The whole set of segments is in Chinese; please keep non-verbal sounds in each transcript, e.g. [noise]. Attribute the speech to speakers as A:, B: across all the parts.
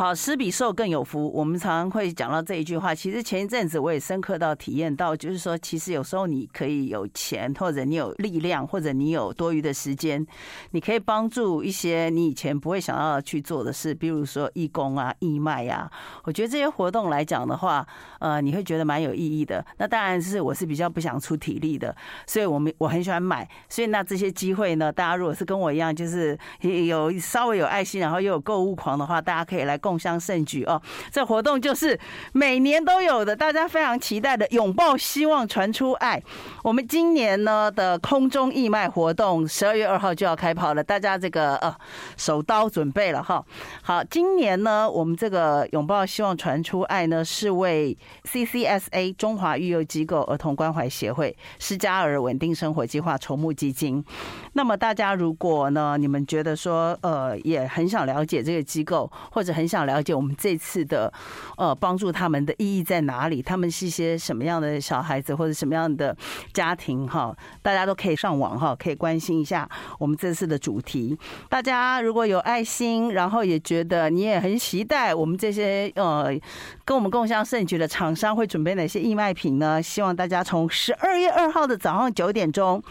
A: 好，施比受更有福。我们常常会讲到这一句话。其实前一阵子我也深刻到体验到，就是说，其实有时候你可以有钱，或者你有力量，或者你有多余的时间，你可以帮助一些你以前不会想要去做的事，比如说义工啊、义卖啊。我觉得这些活动来讲的话，呃，你会觉得蛮有意义的。那当然是我是比较不想出体力的，所以我们我很喜欢买。所以那这些机会呢，大家如果是跟我一样，就是有稍微有爱心，然后又有购物狂的话，大家可以来购。共襄盛举哦，这活动就是每年都有的，大家非常期待的“拥抱希望，传出爱”。我们今年呢的空中义卖活动，十二月二号就要开跑了，大家这个呃手刀准备了哈。好，今年呢，我们这个“拥抱希望，传出爱”呢，是为 CCSA 中华育幼机构儿童关怀协会施加尔稳定生活计划筹募基金。那么大家如果呢，你们觉得说呃也很想了解这个机构，或者很想想了解我们这次的呃帮助他们的意义在哪里？他们是一些什么样的小孩子或者什么样的家庭哈？大家都可以上网哈，可以关心一下我们这次的主题。大家如果有爱心，然后也觉得你也很期待我们这些呃跟我们共襄盛举的厂商会准备哪些义卖品呢？希望大家从十二月二号的早上九点钟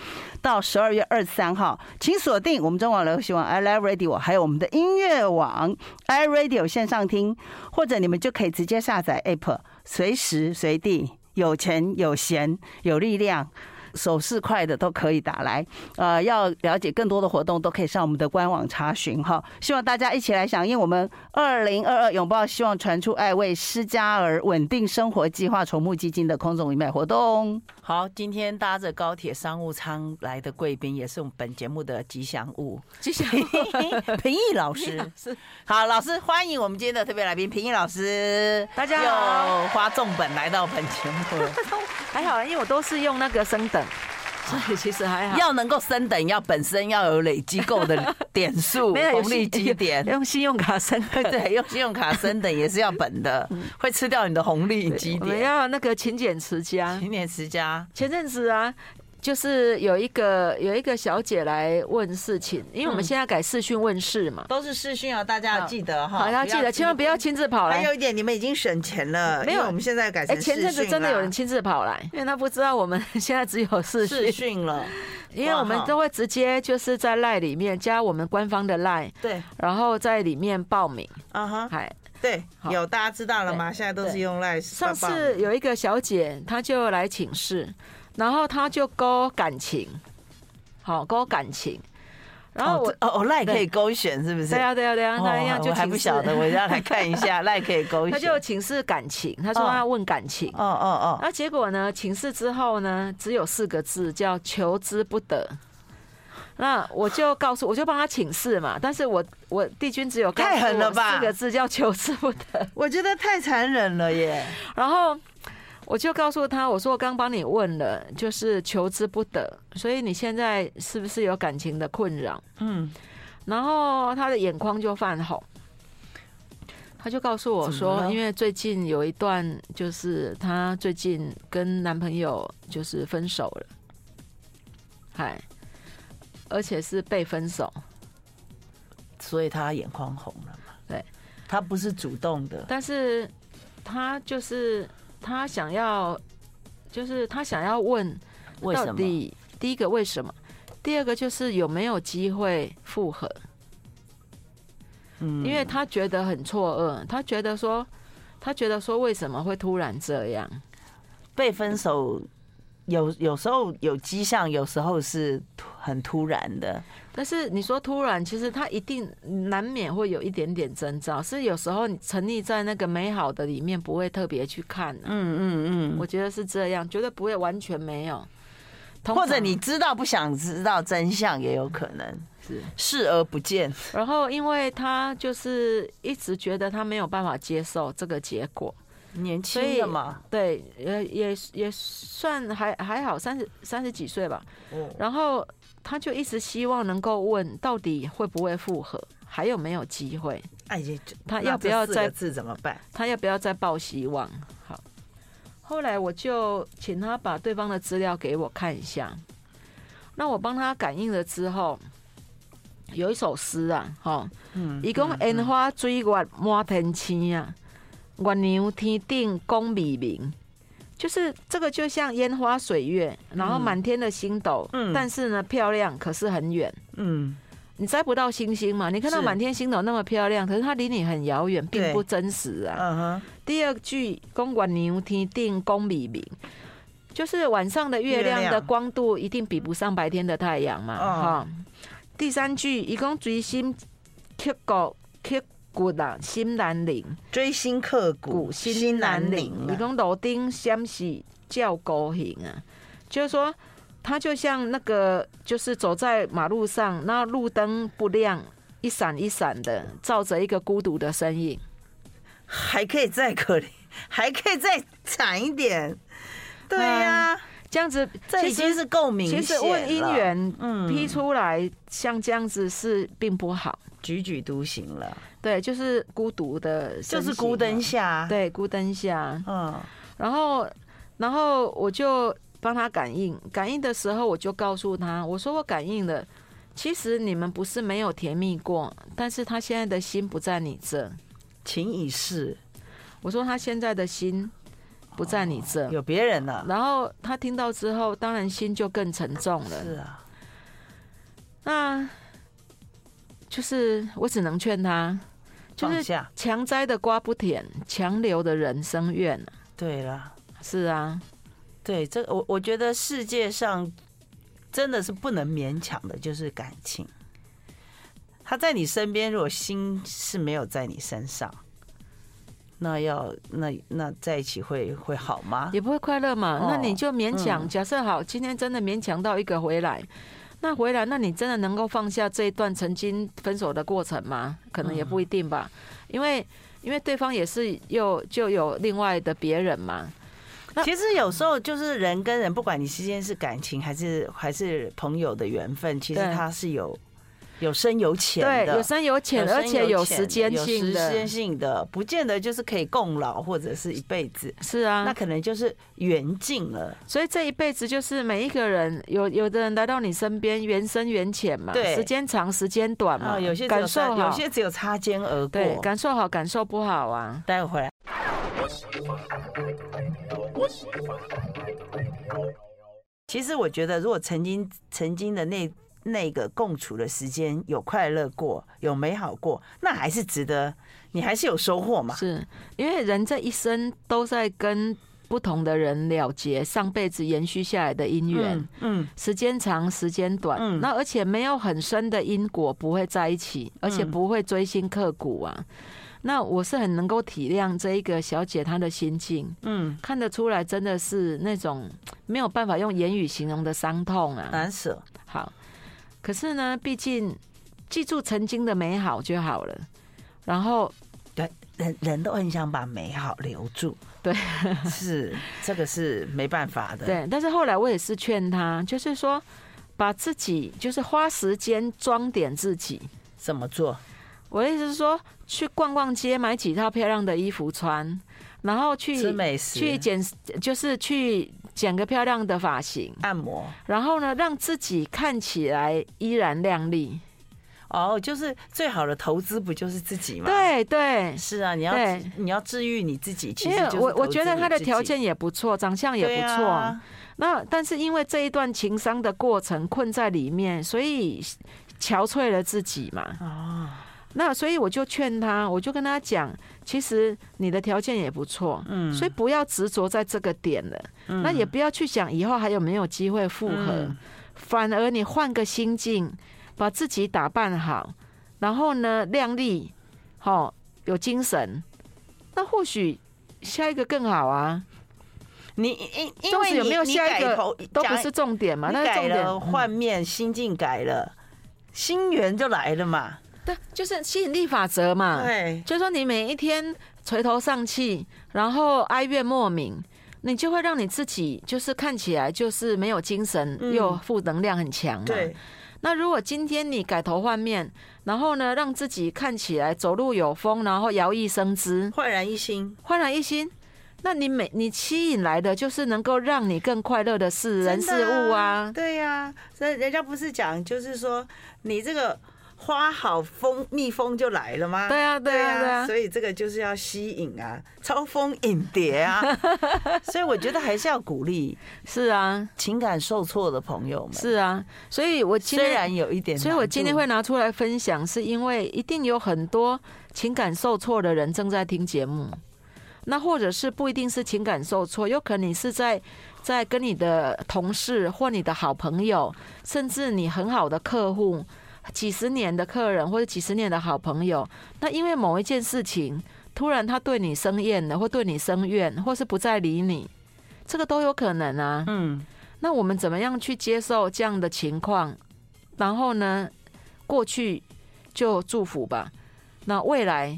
A: 到十二月二十三号，请锁定我们中网流行网 i l i v e radio，还有我们的音乐网 i radio。线上听，或者你们就可以直接下载 App，随时随地有钱有闲有力量，手势快的都可以打来。呃，要了解更多的活动，都可以上我们的官网查询哈。希望大家一起来响应我们二零二二拥抱希望传出爱为施加尔稳定生活计划筹募基金的空中义卖活动。好，今天搭着高铁商务舱来的贵宾，也是我们本节目的吉祥 [laughs] 物，
B: 吉祥
A: 平易老师。
B: [laughs]
A: 好，老师，欢迎我们今天的特别来宾平易老师。
B: 大家好，
A: 又花重本来到本节 [laughs] 目，
B: 还好啦，啊因为我都是用那个升等，所以其实还好。
A: 要能够升等，要本身要有累积够的点 [laughs] 数，
B: 没有有
A: 红利
B: 信
A: 积点。
B: 用信用卡升等，
A: [laughs] 对，用信用卡升等也是要本的，会吃掉你的红利积
B: 我们
A: 点。
B: 要那个勤俭持家。
A: 勤俭持家，
B: 前阵子啊，就是有一个有一个小姐来问事情，因为我们现在改视讯问事嘛，
A: 都是视讯哦，大家要记得哈，
B: 嗯好，要记得千万不要亲自跑
C: 还
B: 来
C: 有。一点，你们已经省钱了，
B: 没有
C: 因为我们现在改
B: 哎，
C: 成
B: 前阵子
C: 视讯
B: 真的有
C: 啦
B: 人亲自跑来，因为他不知道我们现在只有视
A: 视
B: 讯，啊
A: 讯了，
B: [laughs] 因为我们
A: 哇
B: 都会直接就是在赖里面加我们官方的赖，
C: 对，
B: 然后在里面报名，
C: 啊哈，
B: 还
C: 对，
B: 好
C: 有大家知道了吗？现在都是
B: 对
C: 用赖
B: 上
C: 棒棒
B: 次有一个小姐，她就来请示，然后她就勾感情，好勾感情，然后我，
A: 哦这哦哦赖可以
B: 对
A: 勾选是不是？
B: 对啊呀对呀对呀，
A: 哦，
B: 那样就
A: 我还不
B: 请示
A: 晓得，我要
B: [laughs]
A: 来看一下赖可以勾选。
B: 她就请示感情，她说
A: 哦
B: 她问感情，
A: 哦
B: [laughs]
A: 哦哦，
B: 那结果呢，请示之后呢，只有四个字叫求之不得。那我就告诉，我就帮她请示嘛，但是我我帝君只有告诉
C: 太狠了
B: 我
C: 吧
B: 四个字叫求之不得。
C: 我觉得太残忍了耶！
B: 然后我就告诉他，我说我刚帮你问了，就是求之不得，所以你现在是不是有感情的困扰？
C: 嗯，
B: 然后他的眼眶就泛红，他就告诉我
A: 怎么
B: 说，
A: 了
B: 因为最近有一段就是她最近跟男朋友就是分手了，嗨，而且是被分手，
A: 所以他眼眶红了嘛？
B: 对，
A: 他不是主动的，
B: 但是他就是他想要，就是他想要问。
A: 为
B: 到
A: 什么？
B: 底第一个为什么？第二个就是有没有机会复合？
A: 嗯
B: 因为他觉得很错愕，他觉得说，他觉得说为什么会突然这样？
A: 被分手有有时候有迹象，有时候是突很突然的。
B: 但是你说突然，其实他一定难免会有一点点征兆，是有时候你沉溺在那个美好的里面，不会特别去看、啊。
A: 嗯嗯
B: 我觉得是这样，绝对不会完全没有。通
A: 或者
B: 常
A: 你知道不想知道真相也有可能，
B: 是
A: 视而不见。
B: 然后因为他就是一直觉得他没有办法接受这个结果，
A: 年
B: 所
A: 轻
B: 以
A: 的嘛，
B: 对，也也也算还还好，三十三十几岁吧。
A: 哦
B: 然后他就一直希望能够问，到底会不会复合，还有没有机会，
C: 哎呀，
B: 他
C: 那
B: 要不要
C: 这四个
B: 再
C: 字怎么办？
B: 他要不要再抱希望？好，后来我就请他把对方的资料给我看一下，那我帮他感应了之后，有一首诗啊，吼，
A: 嗯
B: 伊讲烟花水月满天星啊，月娘天顶光未明，就是这个就像烟花水月，然后满天的星斗，
A: 嗯
B: 但是呢漂亮，可是很远，
A: 嗯，
B: 你摘不到星星嘛？你看到
A: 是
B: 满天星斗那么漂亮，可是它离你很遥远，并
A: 对
B: 不真实啊。
A: 嗯哼，
B: 第二句“公管牛天定公比明”，就是晚上的月亮
A: 月
B: 的
A: 亮
B: 光度一定比不上白天的太阳嘛，
A: 嗯
B: 哈、第三句“一共追星刻骨刻骨啦，心难领
A: 追星刻
B: 骨
A: 骨，
B: 心难领
A: 啊”，
B: 一共楼顶相是较高行啊，就是说。它就像那个，就是走在马路上，那路灯不亮，一闪一闪的，照着一个孤独的身影。
A: 还可以再可怜， [laughs] 还可以再惨一点。对呀、
B: 这样子，
A: 这
B: 其
A: 已
B: 实
A: 经是够明显
B: 其
A: 了。
B: 实问姻缘
A: 嗯
B: 批出来像这样子是并不好，
A: 踽踽独行了，啊
B: 对，就是孤独的，啊
A: 就是孤灯，下。，
B: 对，孤灯下。
A: 嗯，
B: 然后，然后我就帮他感应，感应的时候我就告诉他，我说我感应了，其实你们不是没有甜蜜过，但是他现在的心不在你这，
A: 情已逝，
B: 我说他现在的心不在你这。
A: 有别人了。
B: 然后他听到之后，当然心就更沉重了。
A: 是啊，
B: 那就是我只能劝他，就
A: 放
B: 是
A: 下。
B: 强摘的瓜不甜，强留的人生怨啊。
A: 对了，
B: 是啊，
A: 对这个我我觉得世界上真的是不能勉强的，就是感情。他在你身边，如果心是没有在你身上，那要那那在一起会会好吗？
B: 也不会快乐嘛。
A: 啊哦
B: 那你就勉强，
A: 嗯
B: 假设好，今天真的勉强到一个回来，那回来，那你真的能够放下这一段曾经分手的过程吗？可能也不一定吧，
A: 嗯
B: 因为因为对方也是又就有另外的别人嘛。那
A: 其实有时候就是人跟人，不管你之间是感情还是还是朋友的缘分，其实
B: 对
A: 它是有有深有浅
B: 对，
A: 的，
B: 有深有浅，
A: 深
B: 而且
A: 有
B: 有
A: 浅
B: 时间
A: 有
B: 性
A: 时
B: 的
A: 间。性的，不见得就是可以共老或者是一辈子，
B: 是啊，
A: 那可能就是缘尽了。
B: 所以这一辈子就是每一个人，有有的人来到你身边，缘深缘浅嘛，
A: 对
B: 时间长时间短嘛，
A: 啊，有些只有
B: 感
A: 擦
B: 受
A: 有
B: 好，
A: 些只有擦肩而
B: 对，
A: 过。
B: 感受好，感受不好啊。
A: 待会回来，其实我觉得，如果曾经曾经的那那个共处的时间有快乐过，有美好过，那还是值得，你还是有收获嘛。
B: 是因为人这一生都在跟不同的人了结上辈子延续下来的姻缘，
A: 嗯嗯，
B: 时间长时间短，
A: 嗯
B: 那而且没有很深的因果不会在一起，而且不会追星刻骨啊。那我是很能够体谅这一个小姐她的心境，
A: 嗯，
B: 看得出来真的是那种没有办法用言语形容的伤痛啊。
A: 难舍。
B: 好，可是呢，毕竟记住曾经的美好就好了。然后
A: 人人都很想把美好留住，
B: 对，
A: [laughs] 是这个是没办法的。，
B: 对，但是后来我也是劝她，就是说把自己就是花时间装点自己。
A: 怎么做？
B: 我的意思是说，去逛逛街，买几套漂亮的衣服穿，然后去
A: 吃美食，
B: 去剪，就是去剪个漂亮的发型，
A: 按摩。
B: 然后呢，让自己看起来依然靓丽。
A: 哦，就是最好的投资不就是自己吗？，
B: 对对，
A: 是啊，你要
B: 对
A: 你要治愈你自己，其
B: 因
A: 实
B: 为
A: 就是
B: 我我
A: 投
B: 觉
A: 资
B: 得
A: 你
B: 他的
A: 自
B: 条
A: 己
B: 件也不错，长相也
A: 对
B: 不错。
A: 啊
B: 那但是因为这一段情伤的过程困在里面，所以憔悴了自己嘛。
A: 哦，
B: 那所以我就劝他，我就跟他讲，其实你的条件也不错，
A: 嗯
B: 所以不要执着在这个点了。那也不要去想以后还有没有机会复合，
A: 嗯
B: 反而你换个心境，把自己打扮好，然后呢靓丽，好、有精神，那或许下一个更好啊。
A: 你因因
B: 纵
A: 为
B: 使有
A: 你
B: 没有
A: 你
B: 下
A: 改
B: 一个
A: 头
B: 都
A: 讲
B: 不是重点嘛，
A: 你
B: 那是
A: 改
B: 重点嗯
A: 了换面，心境改了，心缘就来了嘛。
B: 对，就是吸引力法则嘛。
A: 对，
B: 就是说你每一天垂头丧气，然后哀怨莫名，你就会让你自己就是看起来就是没有精神，
A: 嗯
B: 又负能量很强嘛。
A: 对，
B: 那如果今天你改头换面，然后呢，让自己看起来走路有风，然后摇曳生姿，
A: 焕然一新，
B: 焕然一新，那你每你吸引来的就是能够让你更快乐的事、人
A: 真
B: 事
A: 的
B: 物啊。
A: 对呀、所以人家不是讲，就是说你这个花好蜂蜜蜂就来了吗？
B: 对啊对啊对啊
A: 所以这个就是要吸引啊，招蜂引蝶
B: [laughs]
A: 啊。所以我觉得还是要鼓励
B: 是啊，
A: 情感受挫的朋友们。
B: 是啊，所以我今
A: 虽
B: 天
A: 然有一点难度，
B: 所以我今天会拿出来分享，是因为一定有很多情感受挫的人正在听节目，那或者是不一定是情感受挫，有可能你是在在跟你的同事或你的好朋友，甚至你很好的客户。几十年的客人或者几十年的好朋友，那因为某一件事情，突然他对你生厌了，或对你生怨，或是不再理你，这个都有可能啊。
A: 嗯，
B: 那我们怎么样去接受这样的情况？然后呢，过去就祝福吧，那未来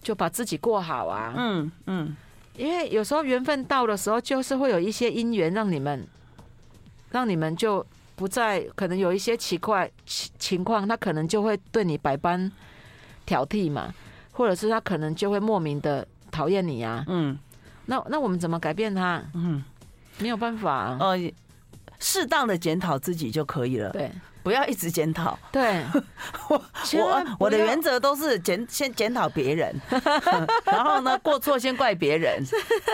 B: 就把自己过好啊。
A: 嗯嗯，
B: 因为有时候缘分到的时候，就是会有一些因缘让你们，让你们就不再可能有一些奇怪情情况，他可能就会对你百般挑剔嘛，或者是他可能就会莫名的讨厌你啊。
A: 嗯
B: 那那我们怎么改变他？
A: 嗯，
B: 没有办法、啊。
A: 呃，适当的检讨自己就可以了，
B: 对
A: 不要一直检讨。
B: 对，千万
A: [laughs] 我我的
B: 不要
A: 原则都是检先检讨别人， [laughs] 然后呢过错先怪别
B: [laughs]
A: 人，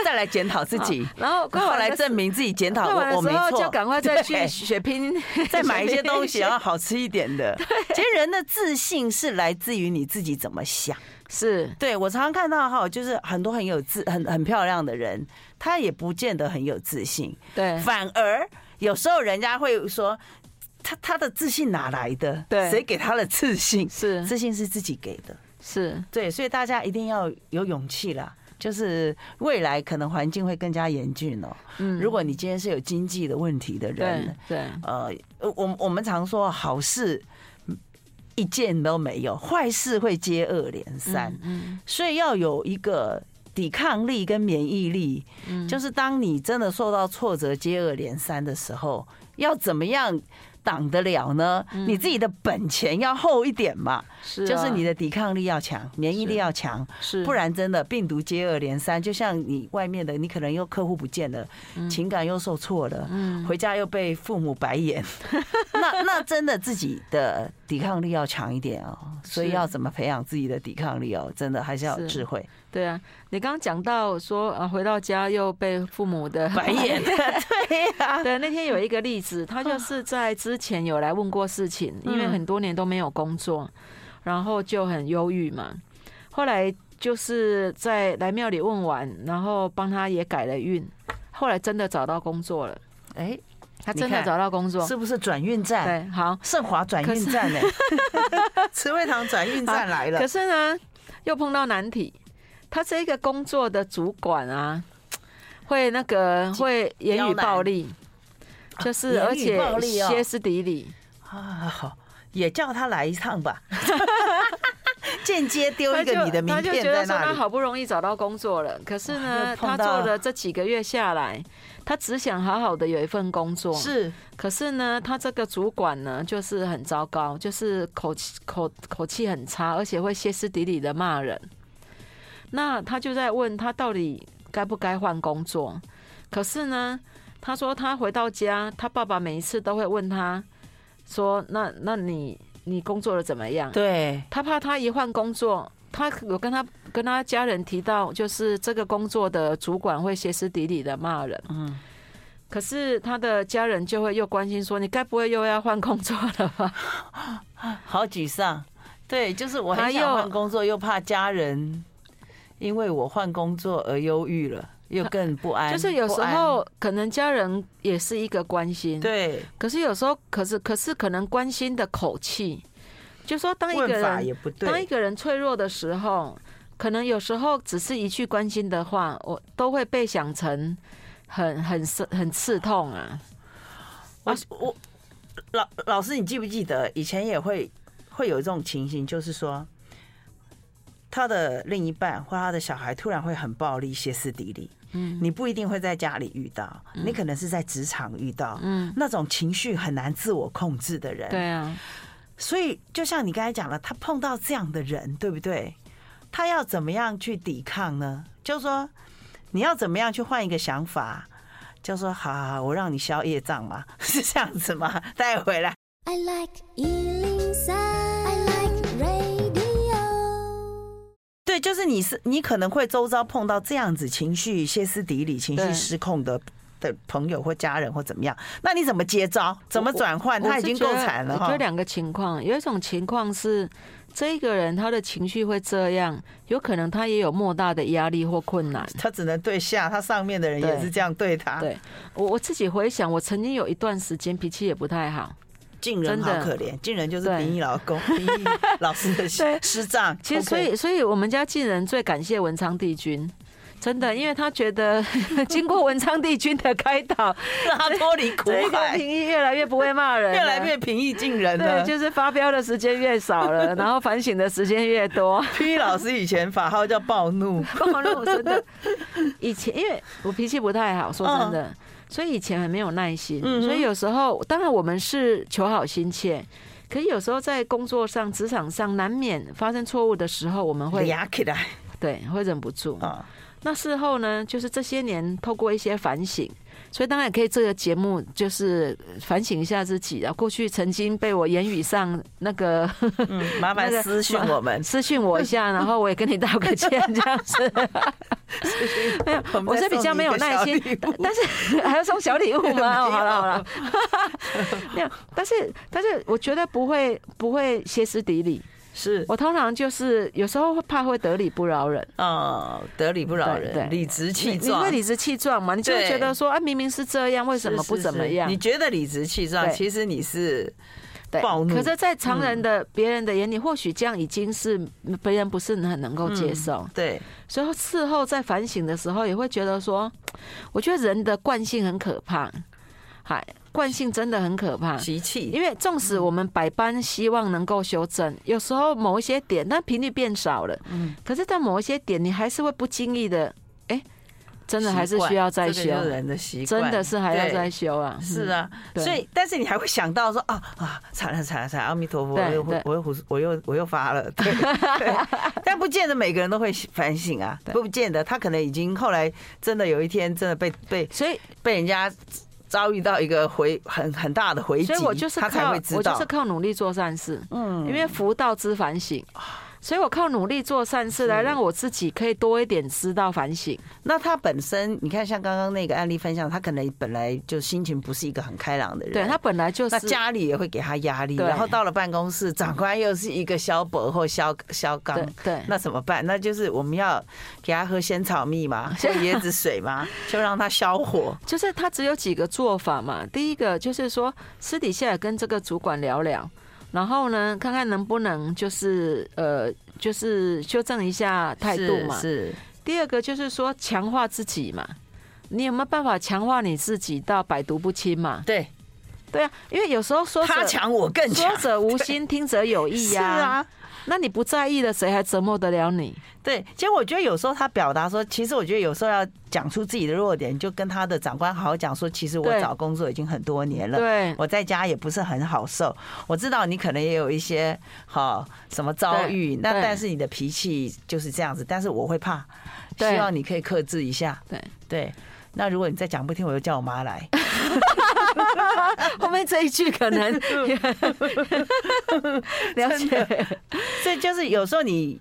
A: 再来检讨自己，
B: 然后
A: 然
B: 过
A: 后
B: 完
A: 来
B: 的时
A: 证。明自己检讨
B: 过完
A: 我我
B: 的
A: 没
B: 时候就
A: 错，
B: 赶快再去
A: 对
B: 血拼，
A: [laughs] 再买一些东西，哦
B: 血拼
A: 然后好吃一点的。其实人的自信是来自于你自己怎么想。
B: 是
A: 对我常常看到哈，就是很多很有自很很漂亮的人，他也不见得很有自信，
B: 对
A: 反而有时候人家会说。他他的自信哪来的？
B: 对
A: 谁给他的自信？
B: 是
A: 自信是自己给的。
B: 是
A: 对，所以大家一定要有勇气啦。就是未来可能环境会更加严峻哦。
B: 嗯
A: 如果你今天是有经济的问题的
B: 对
A: 人，
B: 对
A: 呃，我我们常说好事一件都没有，坏事会接二连三，
B: 嗯
A: 所以要有一个抵抗力跟免疫力。
B: 嗯
A: 就是当你真的受到挫折接二连三的时候，要怎么样挡得了呢？你自己的本钱要厚一点嘛，
B: 嗯是
A: 就是
B: 啊
A: 你的抵抗力要强，免疫力
B: 是
A: 要强。
B: 是
A: 不然真的病毒接二连三，就像你外面的，你可能又客户不见了，情感又受挫了，
B: 嗯
A: 回家又被父母白
B: [laughs]
A: 眼，那那真的自己的抵抗力要强一点哦。所以
B: 是
A: 要怎么培养自己的抵抗力哦，真的还是要有
B: 是
A: 智
B: [laughs]
A: 慧。
B: 对啊，你刚刚讲到说啊，回到家又被父母的
A: 白
B: [laughs]
A: 眼，
B: 哎
A: 对呀、
B: 对，那天有一个例子，他就是在之前有来问过事情，因为
A: 嗯
B: 很多年都没有工作，然后就很忧郁嘛。后来就是在来庙里问完，然后帮他也改了运，后来真的找到工作了，
A: 哎、
B: 他
A: 你
B: 真的
A: 看
B: 找到工作。
A: 是不是转运站？
B: 对，好，
A: 盛华转运站
B: [laughs]
A: 呢、 [laughs] 慈惠堂转运站来了
B: 啊可。是呢，又碰到难题。他这个工作的主管啊，会那个会言语暴力，就是
A: 言语
B: 而且
A: 暴力哦
B: 歇斯底里。
A: 啊，好，也叫他来一趟吧。 [laughs] 间接丢一
B: 他就
A: 个你的名
B: 他就
A: 片
B: 觉得
A: 在
B: 说
A: 那
B: 他
A: 里。
B: 好不容易找到工作了，可是
A: 哇
B: 呢，
A: 又碰
B: 他
A: 到
B: 做了这几个月下来，他只想好好的有一份工作。，
A: 是，
B: 可是呢，他这个主管呢，就是很糟糕，就是口气口口气很差，而且会歇斯底里的骂人。那他就在问他到底该不该换工作？可是呢，他说他回到家，他爸爸每一次都会问他说：“那那你你工作的怎么样？”
A: 对，
B: 他怕他一换工作，他有跟他跟他家人提到，就是这个工作的主管会歇斯底里的骂人。
A: 嗯，
B: 可是他的家人就会又关心说：“你该不会又要换工作了
A: [laughs]
B: 吧
A: 好沮丧。对，就是我
B: 他
A: 很
B: 又
A: 想换工作，又怕家人因为我换工作而忧郁了，又更不？”安。
B: 就是有时
A: 哎不安
B: 候可能家人也是一个关心，
A: 对
B: 可是有时候可是可是可能关心的口气，就说当一个
A: 问法
B: 人
A: 也不
B: 当一
A: 对，
B: 个人脆弱的时候，可能有时候只是一句关心的话，我都会被想成很很刺很刺痛啊。
A: 我我老老师，你记不记得以前也会会有这种情形，就是说。他的另一半或他的小孩突然会很暴力、歇斯底里，
B: 嗯
A: 你不一定会在家里遇到，你可能是在职场遇到，
B: 嗯，
A: 那种情绪很难自我控制的人，
B: 对啊，
A: 所以就像你刚才讲了，他碰到这样的人，对不对？他要怎么样去抵抗呢？就说你要怎么样去换一个想法，就说好好好，我让你消业 [laughs] 障嘛，是这样子吗？带回来。
D: I like Ealing Sound. I like
A: 就是你是你可能会周遭碰到这样子情绪歇斯底里、情绪
B: 对
A: 失控的的朋友或家人或怎么样，那你怎么接招？怎么转换？
B: 我
A: 他已
B: 是
A: 经
B: 觉
A: 够
B: 得
A: 惨了
B: 我觉
A: 哈
B: 得。两个情况，有一种情况是这个人他的情绪会这样，有可能他也有莫大的压力或困难。
A: 他只能对下，他上面的人也
B: 对
A: 是这样对他，
B: 对我我自己回想，我曾经有一段时间脾气也不太好。
A: 敬人
B: 真
A: 好
B: 的
A: 可怜，敬人就是
B: 对
A: 平易老
B: [laughs]
A: 公、平易老师的 [laughs]
B: 对
A: 师长。
B: 其实，所
A: OK
B: 以所以我们家晋人最感谢文昌帝君。真
A: 嗯
B: 的，因为他觉得 [laughs] 经过文昌帝君的
A: [laughs]
B: 开导，
A: 让他脱离苦
B: 这个
A: 海， [laughs]
B: 平易越来越不会骂人了，啊
A: 越来越平易近人
B: 对，
A: 了。
B: 就是发飙的时间越少了，然后反省的时间越多。
A: P 老师以前法号叫暴怒，
B: 暴露真的，以前因为我脾气不太好，说真的，所以以前很没有耐心，
A: 嗯哼
B: 所以有时候当然我们是求好心切，可是有时候在工作上、职场上难免发生错误的时候，我们 [laughs] 会
A: 压起来
B: 对会忍不住。
A: 啊，
B: 那事后呢，就是这些年透过一些反省，所以当然也可以这个节目就是反省一下自己啊，过去曾经被我言语上那个
A: 嗯，麻烦
B: [laughs] 那个
A: 私讯我们，
B: 私讯我一下，然后我也跟你道个歉，这样子。
A: [laughs]
B: 没有，
A: 们
B: 我
A: 再
B: 是比
A: 送
B: 较
A: 你
B: 没
A: 一
B: 有
A: 个
B: 耐
A: 小
B: 心
A: 礼物，
B: 但但是 [laughs] 还要送小礼物吗？哦好了好了， [laughs] 没有，但是但是我觉得不会不会歇斯底里，
A: [laughs] 是
B: 我通常就是有时候会怕会得理不饶人。
A: 啊，得理不饶
B: 对对
A: 人，理直
B: 你
A: 气
B: 你会
A: 壮。
B: 理直气壮嘛？你就会
A: 对
B: 觉得说啊，明明是这样，为什么
A: 是
B: 不
A: 是
B: 怎么
A: 是
B: 样
A: 你？觉得理直气壮，
B: 对
A: 其实你是
B: 对，
A: 暴怒嗯
B: 可是，在常人的别人的眼里，或许这样已经是别人不是很能够
A: 嗯
B: 接受。
A: 对，
B: 所以事后在反省的时候，也会觉得说，我觉得人的惯性很可怕，嗨，惯性真的很可怕。
A: 习气
B: 嗯因为纵使我们百般希望能够修正，有时候某一些点，但频率变少了，
A: 嗯
B: 可是到某一些点，你还是会不经意的，哎、真的还是
A: 习惯
B: 需要再
A: 这
B: 修
A: 个，就是人的习惯
B: 真的是还要
A: 对
B: 再修啊。
A: 是啊，
B: 对
A: 所以但是你还会想到说啊啊，惨了惨了惨了，阿弥陀佛，我
B: 对
A: 又
B: 对
A: 我又我又我又发了，
B: [laughs]
A: 对对，但不见得每个人都会反省啊，
B: 对
A: 不见得他可能已经后来真的有一天真的被被
B: 所以
A: 被人家遭遇到一个回很很大的回击，
B: 所以我就是
A: 他才
B: 靠
A: 会知
B: 我就
A: 道
B: 是，靠努力做善事，
A: 嗯啊
B: 因为福到知反省，所以我靠努力做善事来让我自己可以多一点知道反省。
A: 那他本身你看像刚刚那个案例分享，他可能本来就心情不是一个很开朗的人，
B: 对他本来就
A: 那
B: 是
A: 家里也会给他压力，
B: 对
A: 然后到了办公室，长官又是一个萧伯或萧萧刚
B: 对，对
A: 那怎么办？那就是我们要给他喝仙草蜜嘛，喝椰子水嘛，就让他消火。
B: 就是他只有几个做法嘛。第一个就是说，私底下也跟这个主管聊聊，然后呢，看看能不能就是呃，就是修正一下态度嘛。
A: 是
B: 第二个就是说，强化自己嘛。你有没有办法强化你自己到百毒不侵嘛？
A: 对
B: 对啊，因为有时候说者
A: 他强我更强
B: [laughs] 说，者无心，听者有意
A: 是
B: 呀、
A: 啊，
B: 那你不在意了，谁还折磨得了你？
A: 对。其实我觉得有时候他表达说，其实我觉得有时候要讲出自己的弱点，就跟他的长官好好讲说，其实我
B: 对
A: 找工作已经很多年了。
B: 对，
A: 我在家也不是很好受，我知道你可能也有一些好、什么遭遇，那
B: 对
A: 但是你的脾气就是这样子，但是我会怕，希
B: 对
A: 望你可以克制一下。
B: 对
A: [laughs] 对，那如果你再讲不听，我就叫我妈
B: [laughs]
A: 来。
B: 后面这一句可 [laughs] 能嗯了解， [laughs]
A: 所以就是有时候你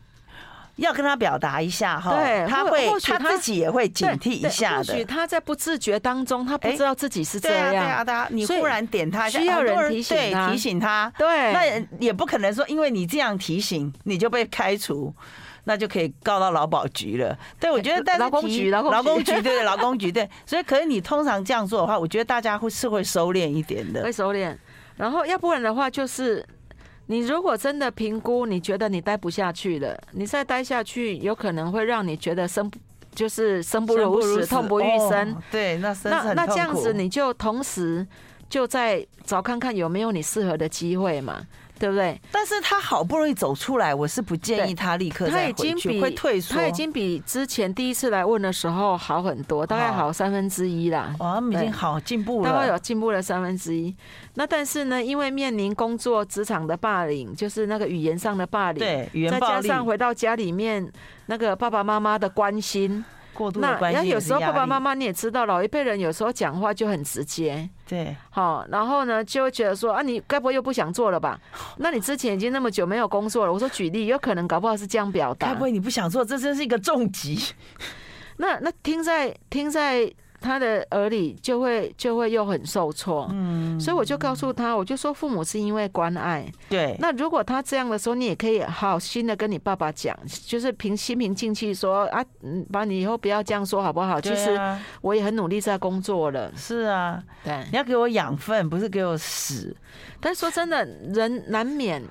A: 要跟他表达一下哈，
B: 对
A: 他
B: 或
A: 会
B: 或许
A: 他
B: 他
A: 自己也会警惕一下
B: 对对或许
A: 的。
B: 他在不自觉当中，他不知道自己是这
A: 对啊，对啊，
B: 样。
A: 对啊，你
B: 所以
A: 忽然点他一下，
B: 需要
A: 很多
B: 人提醒
A: 对
B: 他
A: 提醒他，
B: 对，
A: 那也不可能说，因为你这样提醒，你就被开除，那就可以告到劳保局了。对，我觉得，但是
B: 哎劳工
A: 提
B: 局劳工局
A: 劳工局，对对，劳工局对。所以，可是你通常这样做的话，我觉得大家会是会收敛一点的
B: 会。收敛。然后要不然的话，就是你如果真的评估，你觉得你待不下去了，你再待下去，有可能会让你觉得生不就是生不如死，痛不欲生。
A: 哦对，那生是
B: 那
A: 很
B: 那这
A: 痛
B: 样
A: 苦
B: 子，你就同时就在找看看有没有你适合的机会嘛，对不对？
A: 但是他好不容易走出来，我是不建议
B: 对
A: 他立刻
B: 他
A: 再
B: 已
A: 回
B: 经
A: 去，
B: 比
A: 会退缩。
B: 他已经比之前第一次来问的时候好很多，大概
A: 哦
B: 好三分之一啦。
A: 哇，他们已经
B: 对
A: 好进步
B: 大概
A: 了
B: 有。进步了三分之一。那但是呢，因为面临工作职场的霸凌，就是那个语言上的霸凌，
A: 对，语言
B: 再
A: 暴
B: 加
A: 力，
B: 上回到家里面那个爸爸妈妈的关心，
A: 过度的
B: 那
A: 关
B: 然
A: 心
B: 后
A: 也
B: 有
A: 是
B: 时候
A: 压
B: 爸爸
A: 力
B: 妈妈你也知道，老一辈人有时候讲话就很直接，
A: 对
B: 好，然后呢就会觉得说啊，你该不会又不想做
A: [laughs]
B: 了吧？那你之前已经那么久没有工作了，我说举例，有可能搞不好是这样表
A: 该
B: 达
A: 不。会你不想做？这真是一个重疾。
B: [laughs] 那那听在听在他的耳里，就会就会又很受挫。嗯，所以我就告诉他，我就说父母是因为关爱。
A: 对，
B: 那如果他这样的时候，你也可以好心的跟你爸爸讲，就是平心平静气说啊，嗯，把你以后不要这样说好不好？其
A: 对
B: 实
A: 啊
B: 我也很努力在工作了，
A: 是啊，
B: 对。
A: 你要给我养分，不是给我屎。
B: 但说真的，人难免，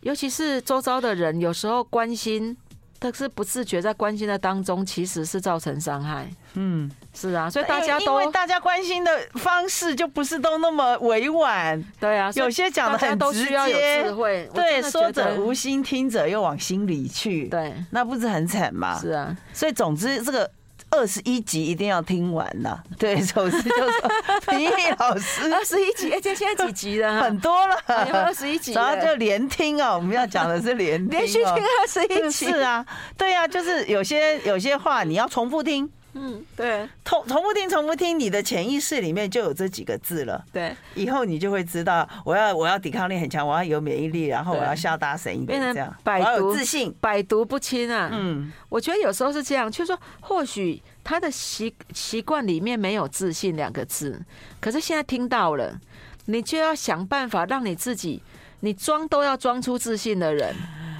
B: 尤其是周遭的人，有时候关心，但是不自觉在关心的当中，其实是造成伤害。
A: 嗯，
B: 是啊，所以
A: 因
B: 大
A: 为
B: 家
A: 因
B: 都
A: 为大家关心的方式就不是都那么委婉，
B: 对啊，所以
A: 有些讲的
B: 大家
A: 很
B: 都
A: 直
B: 需要有智
A: 接，
B: 慧。我
A: 对，
B: 真的
A: 说
B: 觉得
A: 者无心，听者又往心里去，
B: 对，
A: 那不是很惨吗？
B: 是啊，
A: 所以总之这个。二十一集一定要听完呐、对，总之就是说 [laughs] 平易老师
B: 二十一集，而且现在几集了啊？
A: 嗯 [laughs] 很多了，
B: 哎呀二十一集了，
A: 然后就连听哦，我们要讲的是连听、哦，
B: [laughs] 连续听二十一
A: [laughs]
B: 集，
A: 是啊，对啊，就是有些有些话你要重复听，
B: 嗯，对
A: 重重复听，重复听，你的潜意识里面就有这几个字了。
B: 对，
A: 以后你就会知道，我要我要抵抗力很强，我要有免疫力，然后
B: 对
A: 我要下大神一点，
B: 变成
A: 这样，我
B: 百
A: 要有
B: 毒
A: 自信。
B: 百毒不侵啊。
A: 嗯，
B: 我觉得有时候是这样，就是说，或许他的习习惯里面没有自信两个字，可是现在听到了，你就要想办法让你自己，你装都要装出自信的人，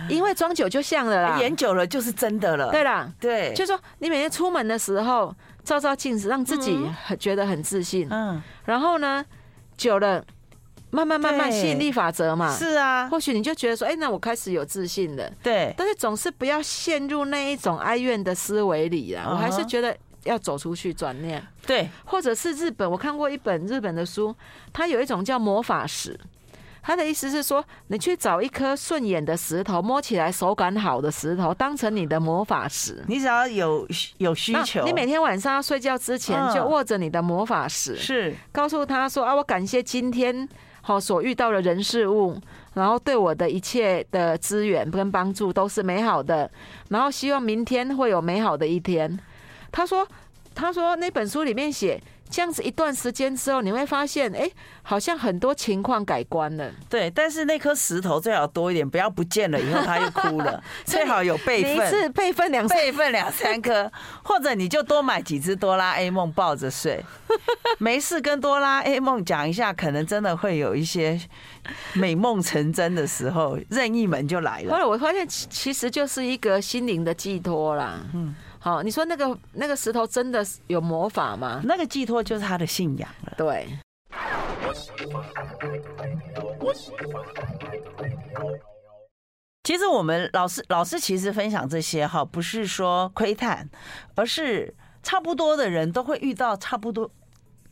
B: 因为装久就像了啦。
A: 哎演久了就是真的了。
B: 对啦，
A: 对，
B: 就是说你每天出门的时候照照镜子，让自己很觉得很自信，
A: 嗯，
B: 然后呢，久了，慢慢慢慢
A: 对
B: 吸引力法则嘛，
A: 是啊，
B: 或许你就觉得说，哎、那我开始有自信了。
A: 对，
B: 但是总是不要陷入那一种哀怨的思维里啦。我还
A: 嗯
B: 是
A: 哼
B: 觉得要走出去转念，
A: 对，
B: 或者是日本，我看过一本日本的书，它有一种叫魔法石。它的意思是说，你去找一颗顺眼的石头，摸起来手感好的石头，当成你的魔法石。
A: 你只要有需有需
B: 那
A: 求，
B: 你每天晚上要睡觉之前
A: 嗯
B: 就握着你的魔法石，
A: 是
B: 告诉他说啊，我感谢今天好所遇到的人事物，然后对我的一切的资源跟帮助都是美好的，然后希望明天会有美好的一天。他说，他说那本书里面写，这样子一段时间之后，你会发现，哎、好像很多情况改观了。
A: 对，但是那颗石头最好多一点，不要不见了以后它又哭了，
B: [laughs] 所以
A: 最好有备
B: 每一
A: 份。
B: 次备份两三
A: 备份两三颗， [laughs] 或者你就多买几只哆啦 A 梦抱着
B: [laughs]
A: 睡，没事跟哆啦 A 梦讲一下，可能真的会有一些美梦成真的时候，任意门就来
B: 后 [laughs]
A: 了。
B: 来我发现，其其实就是一个心灵的寄托啦。嗯，好，你说那个那个石头真的是有魔法吗？
A: 那个寄托就是他的信仰了。
B: 对，
A: 其实我们老师老师其实分享这些哈，不是说窥探，而是差不多的人都会遇到差不多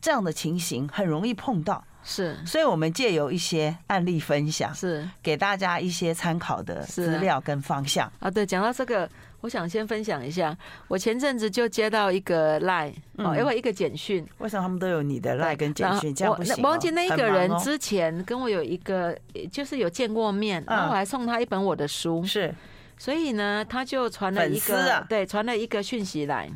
A: 这样的情形，很容易碰到，
B: 是
A: 所以我们借由一些案例分享，
B: 是。
A: 给大家一些参考的资料跟方向。
B: 啊，对，讲到这个，我想先分享一下，我前阵子就接到一个 line，
A: 嗯
B: 哦，因为一个简讯，
A: 为什么他们都有你的赖跟简
B: 然后
A: 讯？这样
B: 我
A: 不行、
B: 那
A: 哦。
B: 我忘记那一
A: 很
B: 个
A: 忙
B: 人
A: 哦
B: 之前跟我有一个，呃就是有见过面，然后我还送他一本我的书，
A: 嗯是
B: [laughs] 所以呢，他就传了一
A: 粉丝
B: 个，
A: 啊
B: 对，传了一个讯息来。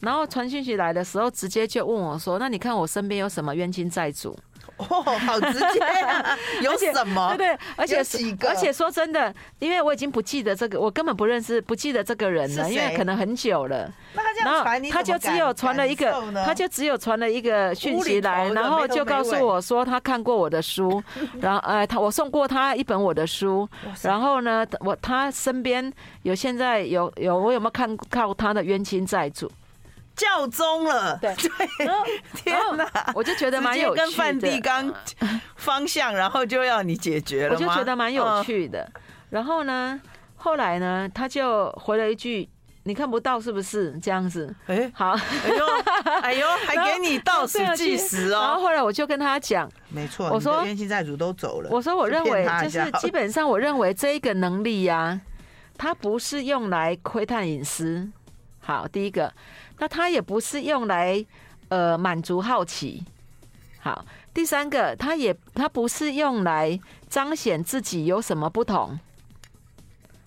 B: 然后传讯息来的时候，直接就问我说：“那你看我身边有什么冤亲债主
A: 哦，好直接
B: [laughs]
A: 啊！有
B: 且
A: 什？”么
B: 对？对，而且
A: 有几个
B: 而且说真的，因为我已经不记得这个，我根本不认识，不记得这个人了，
A: 是
B: 因为
A: 谁
B: 可能很久了。
A: 那他这
B: 然
A: 样
B: 后
A: 传你怎
B: 他
A: 么
B: 就
A: 敢，
B: 只有传了一个
A: 感受，呢
B: 他就只有传了一个讯
A: 无厘
B: 息
A: 头
B: 来，
A: 的
B: 然
A: 没
B: 后
A: 头
B: 就
A: 没
B: 告诉
A: 尾
B: 我说他看过我
A: [laughs]
B: 的书，然后呃，他我送过他一本我的书，
A: 哇塞
B: 然后呢，我他身边有现在有有我有没有看到他的冤亲债主？
A: 教宗了。
B: 对
A: 对，
B: 然后
A: [laughs] 天哪！
B: 哦我就觉得
A: 直
B: 蛮
A: 接
B: 有
A: 跟
B: 趣
A: 梵蒂
B: 的，
A: 冈方向，然后嗯就要你解决了
B: 我就
A: 吗
B: 觉得蛮有
A: 嗯
B: 趣的。然后呢，后来呢，他就回了一句：“你看不到是不是？”这样子，
A: 哎
B: 好。
A: 哎 [laughs] 呦，哎呦，还给你哦倒数计时
B: [laughs] 然后
A: 哦！
B: 后来我就跟他讲，
A: 没错
B: 我说
A: 你的冤亲债主都走 [laughs] 了
B: 我说，我认
A: 就
B: 为
A: 骗他
B: 就
A: 一
B: 是
A: 下
B: 基本上，我认为这一个能力呀、它不是用来窥探隐私。好，第一个，那它也不是用来呃满足好奇。好，第三个，它也它不是用来彰显自己有什么不同。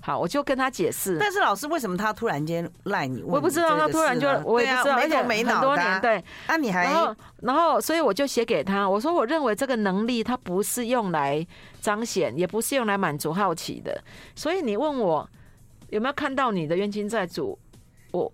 B: 好，我就跟他解释。
A: 但是老师为什么他突然间赖你？
B: 我也不知道他突然就，我也不知道，而
A: 没
B: 且
A: 头没
B: 很
A: 脑
B: 多
A: 的
B: 年
A: 啊。
B: 对，
A: 那你还
B: 然后，然后，所以我就写给他，我说我认为这个能力它不是用来彰显，也不是用来满足好奇的。所以你问我有没有看到你的冤亲债主，我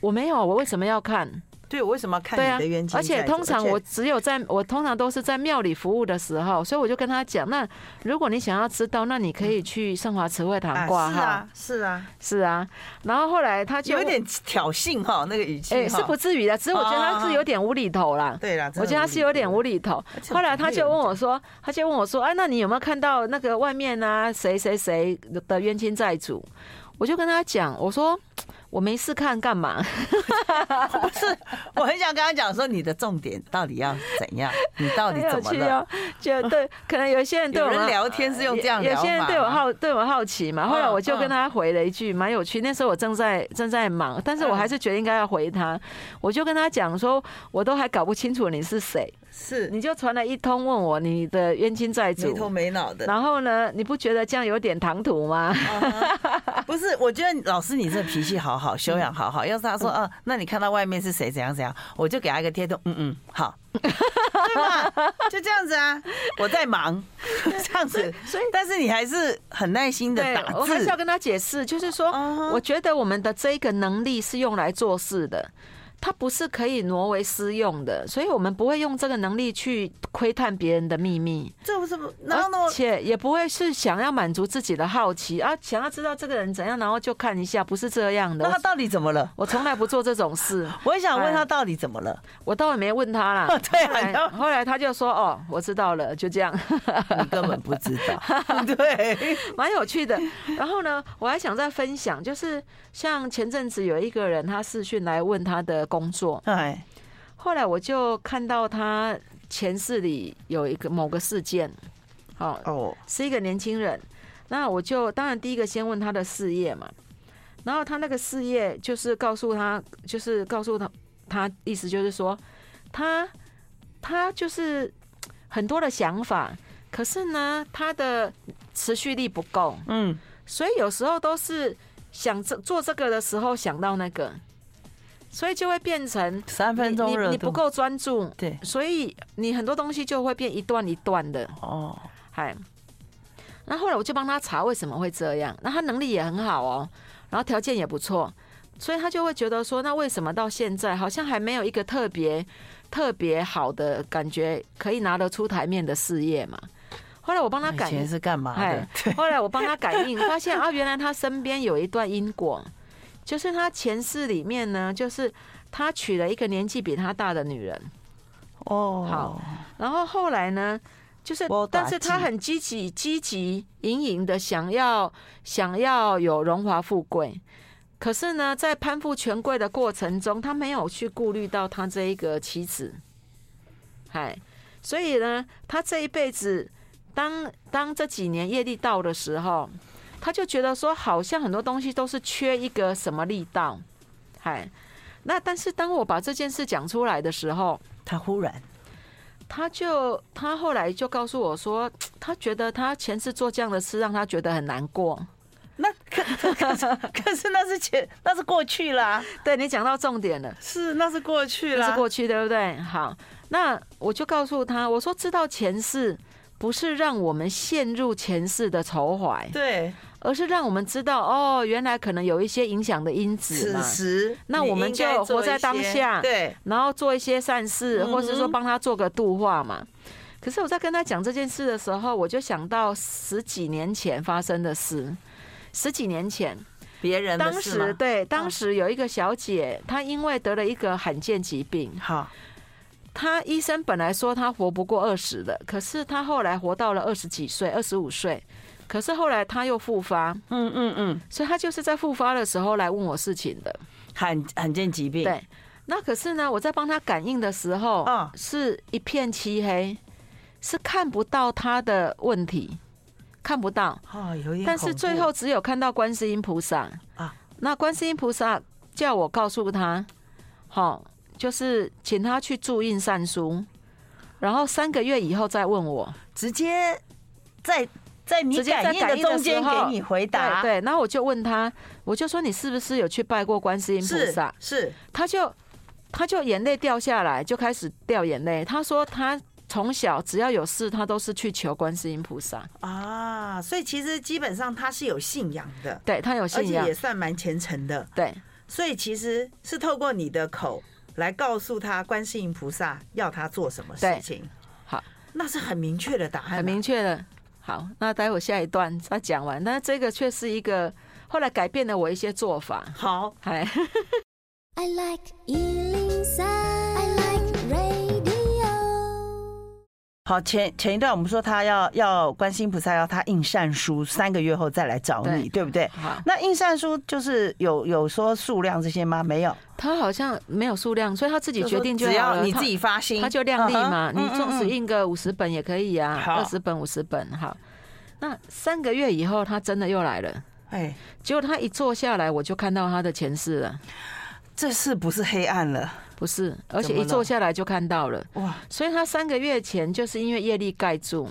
B: 我没有，我为什么要看？
A: 对我为什么要看
B: 对啊
A: 你的冤，情
B: 而
A: 债主？
B: 且通常我只有在我通常都是在庙里服务的时候，所以我就跟他讲，那如果你想要知道，那你可以去圣华慈惠堂
A: 啊
B: 挂
A: 是
B: 号，
A: 啊是啊，
B: 是啊。然后后来他就
A: 有点挑衅哈，那个语气
B: 哎、
A: 哈
B: 是不至于的，只是我觉得他是有点无厘头啦。
A: 对啦，真的
B: 我觉得他是有点无
A: 理
B: 厘头
A: 而。且
B: 后来他
A: 不会
B: 就
A: 有
B: 问
A: 人
B: 我说，他就问我说，哎、那你有没有看到那个外面啊，谁谁谁的冤亲债主？我就跟他讲，我说我没事看干嘛？
A: 的。 [laughs] 我很想跟他讲说，你的重点到底要怎样？你到
B: [laughs]
A: 底
B: 很有
A: 怎么
B: 趣
A: 了？
B: 哦，就
A: [laughs]
B: 对，可能有些人对
A: 有
B: 我
A: 人
B: 们。
A: 聊天是用这样
B: 有
A: 聊法吗，
B: 些人对我好对我好奇嘛，后来
A: 嗯
B: 我就跟
A: 嗯
B: 他回了一句，蛮有趣。那时候我正在正在忙，但是我
A: 嗯
B: 还是觉得应该要回他。我就跟他讲说，我都还搞不清楚你是谁，
A: 是
B: 你就传了一通问我你的冤亲债主，
A: 没头没脑的。
B: 然后呢，你不觉得这样有点唐突
A: [laughs]
B: 吗？
A: 哦不是，我觉得老师你这脾气好好，修养好好。要是他说，嗯、那你看到外面是谁怎样怎样，我就给他一个贴图，嗯嗯，好，
B: [laughs]
A: 对吧？就这样子啊，我在忙， [laughs] 这样子。
B: 所以
A: 但是你还是很耐心的
B: [laughs] 对
A: 打，
B: 我还是
A: 字
B: 要，跟他解释，就是说，
A: 嗯哼
B: 我觉得我们的这个能力是用来做事的。它不是可以挪为私用的，所以我们不会用这个能力去窥探别人的秘密，
A: 这不是不，然后呢
B: 而？且也不会是想要满足自己的好奇啊，想要知道这个人怎样，然后就看一下，不是这样的。
A: 那
B: 我
A: 他到底怎么了？
B: 我从来不做这种
A: [laughs]
B: 事，
A: 我也想问
B: 哎
A: 他到底怎么
B: [laughs]
A: 了？。
B: 我倒也没问他啦
A: [laughs] 对啊
B: 后来
A: 你要
B: 后来他就说：“哦，我知道了，就
A: [laughs]
B: 这样。” [laughs]
A: 你根本不知道，对，
B: 蛮有趣的。然后呢，我还想再分享，就是像前阵子有一个人他视讯来问他的工作，
A: 哎，
B: 后来我就看到他前世里有一个某个事件，好、
A: 哦，
B: 是一个年轻人。那我就当然第一个先问他的事业嘛，然后他那个事业就是告诉他，就是告诉他，他意思就是说，他他就是很多的想法，可是呢，他的持续力不够，
A: 嗯，
B: 所以有时候都是想这做这个的时候想到那个，所以就会变成
A: 三分
B: 你
A: 钟
B: 你
A: 热
B: 你不
A: 度，
B: 够专注，
A: 对，
B: 所以你很多东西就会变一段一段的。
A: 哦，
B: 嗨，那后来我就帮他查为什么会这样，那他能力也很好哦，然后条件也不错，所以他就会觉得说，那为什么到现在好像还没有一个特别特别好的感觉可以拿得出台面的事业嘛？后来我帮他
A: 那以
B: 感
A: 前是干嘛的
B: 哎？ [laughs] 后来我帮他感应，发现啊，原来他身边有一段因果，就是他前世里面呢，就是他娶了一个年纪比他大的女人，
A: 哦，
B: 好，然后后来呢，就是
A: 我，打
B: 但是他
A: 记
B: 很积极、积极、隐隐的想要想要有荣华富贵，可是呢，在攀附权贵的过程中，他没有去顾虑到他这一个妻子，嗨，所以呢，他这一辈子，当当这几年业力到的时候，他就觉得说，好像很多东西都是缺一个什么力道，嗨。那但是当我把这件事讲出来的时候，
A: 他忽然。
B: 他就他后来就告诉我说，他觉得他前世做这样的事让他觉得很难过。
A: 那 [laughs] 可可可是可是那是前那是过去啦，
B: 对你讲到重点了，
A: 是那是过去
B: 这
A: 啦，
B: 是啊过去对不对？好，那我就告诉他，我说知道前世不是让我们陷入前世的愁怀，
A: 对
B: 而是让我们知道哦，原来可能有一些影响的因子
A: 此
B: 嘛。
A: 时
B: 那我们
A: 你应该
B: 就
A: 做
B: 活在
A: 一些
B: 当下
A: 对，
B: 然后做一些善事，或是
A: 嗯
B: 说
A: 哼
B: 帮他做个度化嘛。可是我在跟他讲这件事的时候，我就想到十几年前发生的事。十几年前，
A: 别人的
B: 当
A: 事吗嗯
B: 时对，当时有一个小姐，她因为得了一个罕见疾病，
A: 好
B: 她医生本来说她活不过二十的，可是她后来活到了二十几岁，二十五岁。可是后来她又复发，
A: 嗯嗯嗯，
B: 所以她就是在复发的时候来问我事情的。
A: 罕罕见疾病
B: 对，那可是呢，我在帮他感应的时候，
A: 嗯
B: 是一片漆黑，是看不到他的问题，看不到。
A: 哦有点恐怖，
B: 但是最后只有看到观世音菩萨
A: 啊。
B: 那观世音菩萨叫我告诉他，好、就是请他去注印善书，然后三个月以后再问我。
A: 直接在
E: 在你
B: 直接在
E: 感应
B: 感
E: 的
B: 应的
E: 中间
B: 时候
E: 给你回答，
B: 对对，然后我就问他，我就说你是不是有去拜过观世音菩
E: 是
B: 萨？
E: 是
B: 他就他就眼泪掉下来，就开始掉眼泪。他说他从小只要有事，他都是去求观世音菩萨，
E: 啊，所以其实基本上他是有信仰的，
B: 对他有
E: 而
B: 信
E: 且
B: 仰
E: 也，算蛮虔诚的，
B: 对
E: 所以其实是透过你的口来告诉他观世音菩萨要他做什么事
B: 对
E: 情。
B: 好，
E: 那是很明确的答案啊、
B: 很明确的。好，那待会下一段再讲完。那这个却是一个后来改变了我一些做法。
E: 好，
B: 哎，
D: I like Ealing Sound. I like radio.
A: 好，前前一段我们说他要要观世音菩萨要他印善书，三个月后再来找你，
B: 对
A: 对不对？
B: 好，
A: 那印善书就是有有说数量这些吗？没有，
B: 他好像没有数量，所以他自己
E: 就
B: 决
E: 说
B: 定就
E: 只
B: 好
E: 要
B: 了。
E: 你
B: 他
E: 自己发心，
B: 他就量力嘛，
A: 嗯哼
B: 你
A: 嗯
B: 纵
A: 嗯
B: 使印个五十本也可以啊，
A: 好
B: 二十本、五十本，好。那三个月以后，他真的又来了，
A: 哎，
B: 结果他一坐下来，我就看到他的前世了，
A: 这是不是黑暗了？
B: 不是，而且
A: 怎么
B: 一
A: 了
B: 坐下来就看到了，
A: 哇，
B: 所以他三个月前就是因为业力盖住。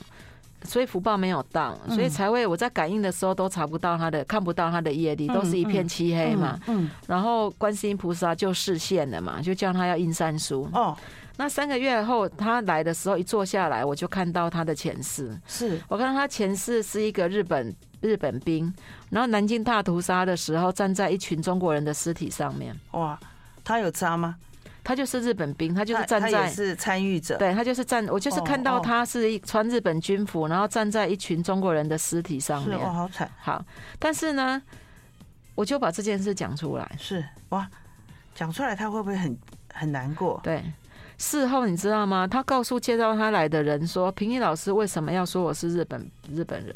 B: 所以福报没有到，所以才会我在感应的时候都查不到他的，看不到他的业力，都是一片漆黑嘛。
A: 嗯，
B: 然后观世音菩萨就示现了嘛，就叫他要印三书。
A: 哦，
B: 那三个月后他来的时候，一坐下来我就看到他的前世。
A: 是
B: 我看到他前世是一个日本日本兵，然后南京大屠杀的时候站在一群中国人的尸体上面，
A: 哇，他有渣吗？
B: 他就是日本兵，他就是
A: 他
B: 站
A: 他也
B: 在。
A: 是参与者，
B: 对他就是站，我就是
A: 哦
B: 看
A: 哦
B: 到他是一穿日本军服，然后站在一群中国人的尸体上
A: 是哦哇，
B: 面。
A: 好惨，
B: 好，但是呢，我就把这件事讲出来。
A: 是哇，讲出来他会不会很很难过？
B: 对，事后你知道吗？他告诉介绍他来的人说：“平一老师为什么要说我是日本日本人？”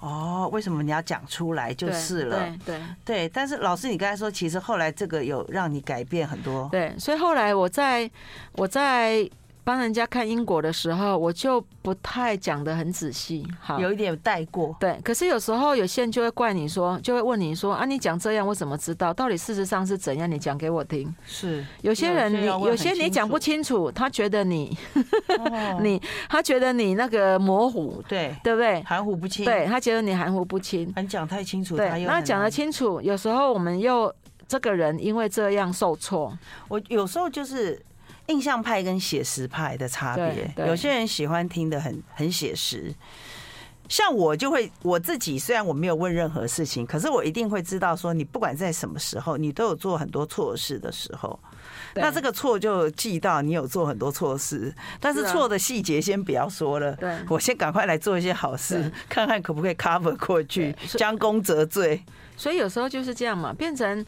A: 哦，为什么你要讲出来就
B: 对
A: 是了？
B: 对对
A: 对，但是老师，你刚才说，其实后来这个有让你改变很多。
B: 对，所以后来我在我在帮人家看英国的时候，我就不太讲得很仔细。好，
A: 有一点带过，
B: 对，可是有时候有些人就会怪你说，就会问你说啊，你讲这样我怎么知道？到底事实上是怎样？你讲给我听。
A: 是
B: 有些人你
A: 要问
B: 有些
A: 很
B: 你
A: 清
B: 讲
A: 楚
B: 不清楚，他觉得你
A: [laughs] 哦
B: 你他觉得你那个模糊，
A: 对
B: [laughs] 对不对？
A: 含糊不清，
B: 对，他觉得你含糊不清。
A: 你讲太清楚，他
B: 对，
A: 又
B: 那
A: 很
B: 讲得
A: 难
B: 清楚，有时候我们又这个人因为这样受挫，
A: 我有时候就是印象派跟写实派的差别
B: 对，对
A: 有些人喜欢听的很很写实。像我就会我自己，虽然我没有问任何事情，可是我一定会知道说，你不管在什么时候，你都有做很多错事的时候。
B: 对
A: 那这个错就记到你有做很多错事，但是
B: 是啊
A: 错的细节先不要说了。
B: 对
A: 我先赶快来做一些好事
B: 对，
A: 看看可不可以 cover 过去
B: 对，所以
A: 将功折罪。
B: 所以有时候就是这样嘛，变成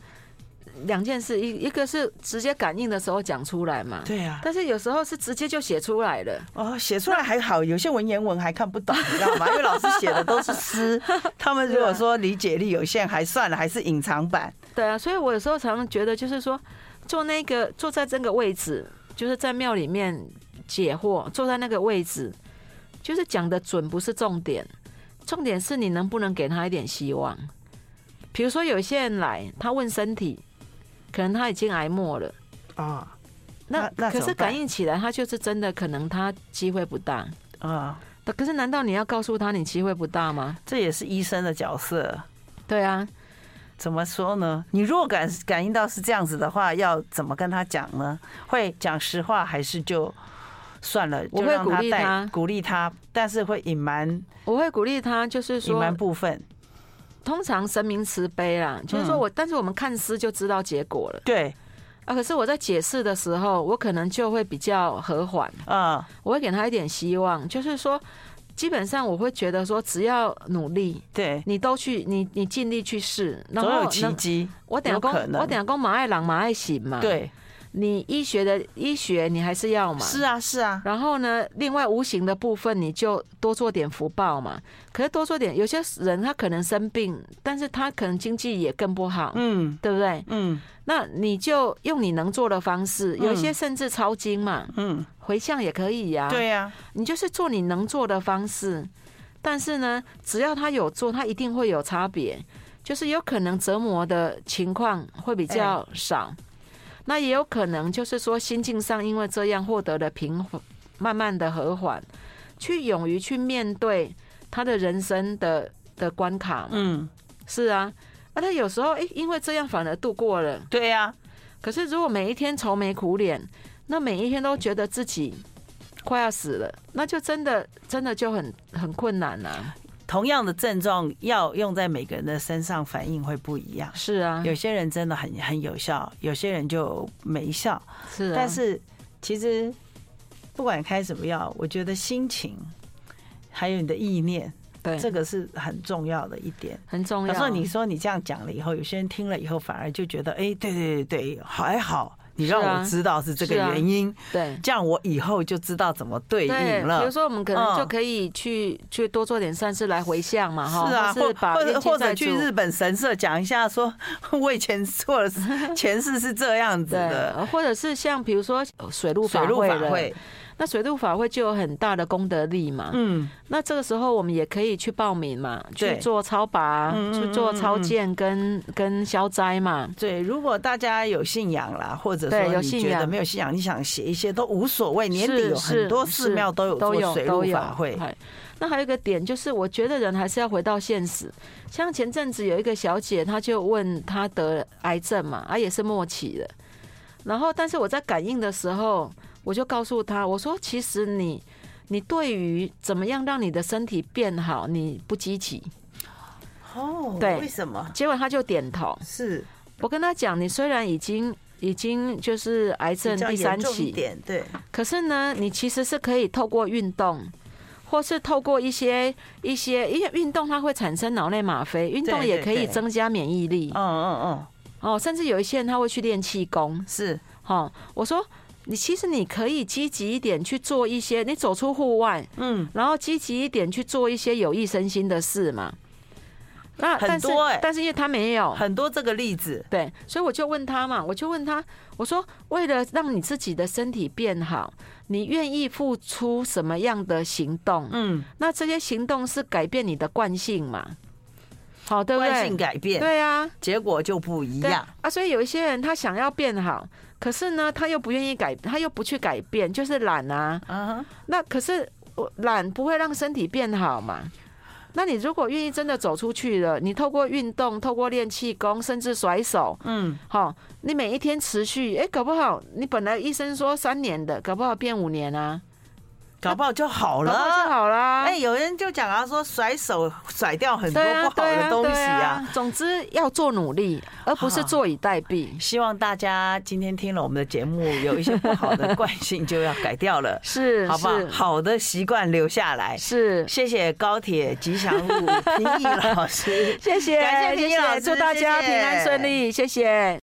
B: 两件事，一一个是直接感应的时候讲出来嘛，
A: 对啊，
B: 但是有时候是直接就写出来了，
A: 哦，写出来还好，有些文言文还看不懂，你知
B: [laughs]
A: 道吗？因为老师写的都是诗，他
B: 啊
A: 们如果说理解力有限，还算了，还是隐藏版。
B: 对啊，所以我有时候常常觉得就是说，坐那个坐在这个位置，就是在庙里面解惑，坐在那个位置，就是讲的准不是重点，重点是你能不能给他一点希望。比如说有些人来，他问身体，可能他已经癌末了。
A: 啊
B: 那
A: 那那
B: 可
A: 怎么
B: 是
A: 办
B: 感应起来，他就是真的，可能他机会不大。
A: 啊，
B: 那可是难道你要告诉他你机会不大吗？
A: 这也是医生的角色。
B: 对啊，
A: 怎么说呢？你如果感感应到是这样子的话，要怎么跟他讲呢？会讲实话，还是就算了？
B: 我
A: 就
B: 会
A: 让
B: 鼓励
A: 带
B: 他
A: 鼓励他，但是会隐瞒
B: 我会鼓励他，就是
A: 隐
B: 说
A: 瞒，部分。
B: 通常神明慈悲啦，就是说
A: 嗯
B: 我，但是我们看诗就知道结果了
A: 对，
B: 啊。可是我在解释的时候，我可能就会比较和缓，
A: 啊、
B: 我会给他一点希望，就是说，基本上我会觉得说，只要努力，
A: 对，
B: 你都去，你你尽力去试，然
A: 总有
B: 后
A: 奇
B: 能。
A: 迹。
B: 我等下
A: 有
B: 公
A: 可，能
B: 我等下公马爱郎马爱行嘛，，
A: 对，
B: 你医学的医学你还是要嘛，
A: 是啊，是啊，
B: 嗯然后呢，另外无形的部分，你就多做点福报嘛。可是多做点，有些人他可能生病，但是他可能经济也更不好，
A: 嗯
B: 对不对？
A: 嗯
B: 那你就用你能做的方式，有一些甚至抄经嘛，
A: 嗯，
B: 回向也可以呀、
A: 对，呀、
B: 你就是做你能做的方式。但是呢，只要他有做，他一定会有差别，就是有可能折磨的情况会比较
A: 哎
B: 少，那也有可能就是说心境上因为这样获得了平缓，慢慢的和缓，去勇于去面对他的人生的的关卡嘛。
A: 嗯，
B: 是啊，啊，他有时候哎、诶因为这样反而度过了。
A: 对啊呀、
B: 可是如果每一天愁眉苦脸，那每一天都觉得自己快要死了，那就真的真的就很很困难啊呐、
A: 同样的症状要用在每个人的身上，反应会不一样。
B: 是啊，
A: 有些人真的很很有效，有些人就没效。
B: 是啊，
A: 但是其实不管开什么药，我觉得心情还有你的意念，
B: 对
A: 这个是很重要的一点。
B: 很重
A: 有
B: 要。
A: 时候你说你这样讲了以后，有些人听了以后反而就觉得，哎、对对对对，还好你让
B: 是啊
A: 我知道是这个
B: 是啊
A: 原因，
B: 对
A: 这样我以后就知道怎么对
B: 对，
A: 应
B: 比
A: 了
B: 如。说我们可能
A: 嗯
B: 就可以去、去多做点善事来回向嘛，哈，
A: 是啊，
B: 或
A: 或
B: 是把
A: 或
B: 冤
A: 者
B: 亲
A: 或
B: 债
A: 者
B: 主
A: 去日本神社讲一下说我以前做了前世是这样子
B: 对，
A: 的
B: 呃或者是像比如说呃水陆
A: 水
B: 法
A: 陆
B: 会
A: 法
B: 了，
A: 会，
B: 那水陆法会就有很大的功德力嘛。
A: 嗯，
B: 那这个时候我们也可以去报名嘛，去
A: 对
B: 做超拔、
A: 嗯嗯嗯
B: 去做超荐跟、跟消灾嘛。
A: 对，如果大家有信仰啦，或者
B: 对
A: 说
B: 有
A: 你
B: 信
A: 觉得
B: 仰
A: 没有信仰，你想写一些都无所谓。年
B: 是
A: 底有
B: 是
A: 很多
B: 是
A: 寺庙都有
B: 都有
A: 做水
B: 都
A: 陆
B: 有
A: 法会，
B: 哎那还有一个点就是，我觉得人还是要回到现实。像前阵子有一个小姐，她就问她得癌症嘛，啊也是末期的。然后，但是我在感应的时候，我就告诉她，我说其实你。你对于怎么样让你的身体变好，你不积极，
A: 哦，
B: 对
A: 为什么？
B: 结果她就点头。
A: 是
B: 我跟她讲，你虽然已经已经就是癌症
A: 比较
B: 第三
A: 严重一
B: 期，
A: 点，对，
B: 可是呢，你其实是可以透过运动，或是透过一些一些，因为运动它会产生脑内吗啡，运动
A: 对
B: 也
A: 对
B: 可以
A: 对
B: 增加免疫力
A: 嗯嗯嗯，
B: 哦。甚至有一些人他会去练气功，
A: 是
B: 哦，我说你其实你可以积极一点去做一些，你走出户外，
A: 嗯，
B: 然后积极一点去做一些有益身心的事嘛。那
A: 很
B: 但是
A: 多欸
B: 但是因为他没有，
A: 很多这个例子，
B: 对，所以我就问他嘛，我就问他，我说为了让你自己的身体变好，你愿意付出什么样的行动？
A: 嗯，
B: 那这些行动是改变你的惯性嘛？好，对不
A: 惯性
B: 对？
A: 改变，
B: 对啊，
A: 结果就不一
B: 对
A: 样
B: 啊。，啊所以有一些人他想要变好，可是呢，他又不愿意改，他又不去改变，就是懒啊。
A: 嗯哼，
B: 那可是我懒不会让身体变好嘛？那你如果愿意真的走出去了，你透过运动，透过练气功，甚至甩手，
A: 嗯，
B: 好、你每一天持续，哎、搞不好你本来医生说三年的，搞不好变五年啊，
A: 搞不好就好
B: 搞不
A: 了。
B: 好就好啦。
A: 哎，有人就讲啊，说甩手甩掉很多
B: 啊对啊，
A: 不好
B: 对
A: 的
B: 啊
A: 东西
B: 对
A: 啊。
B: 啊。总之要做努力，而不是
A: 好
B: 坐以待毙。
A: 希望大家今天听了我们的节目，有一些不好的惯性就要改掉了。
B: [laughs] 是，
A: 好不好？
B: 是
A: 好的习惯留下来。
B: 是，
A: 谢谢高铁吉祥
B: [laughs]
A: 物平易老师。
B: 谢谢，
A: 感谢
B: 谢
A: 林老师
B: 谢，祝大家
A: 谢
B: 平
A: 谢
B: 安顺利，谢谢。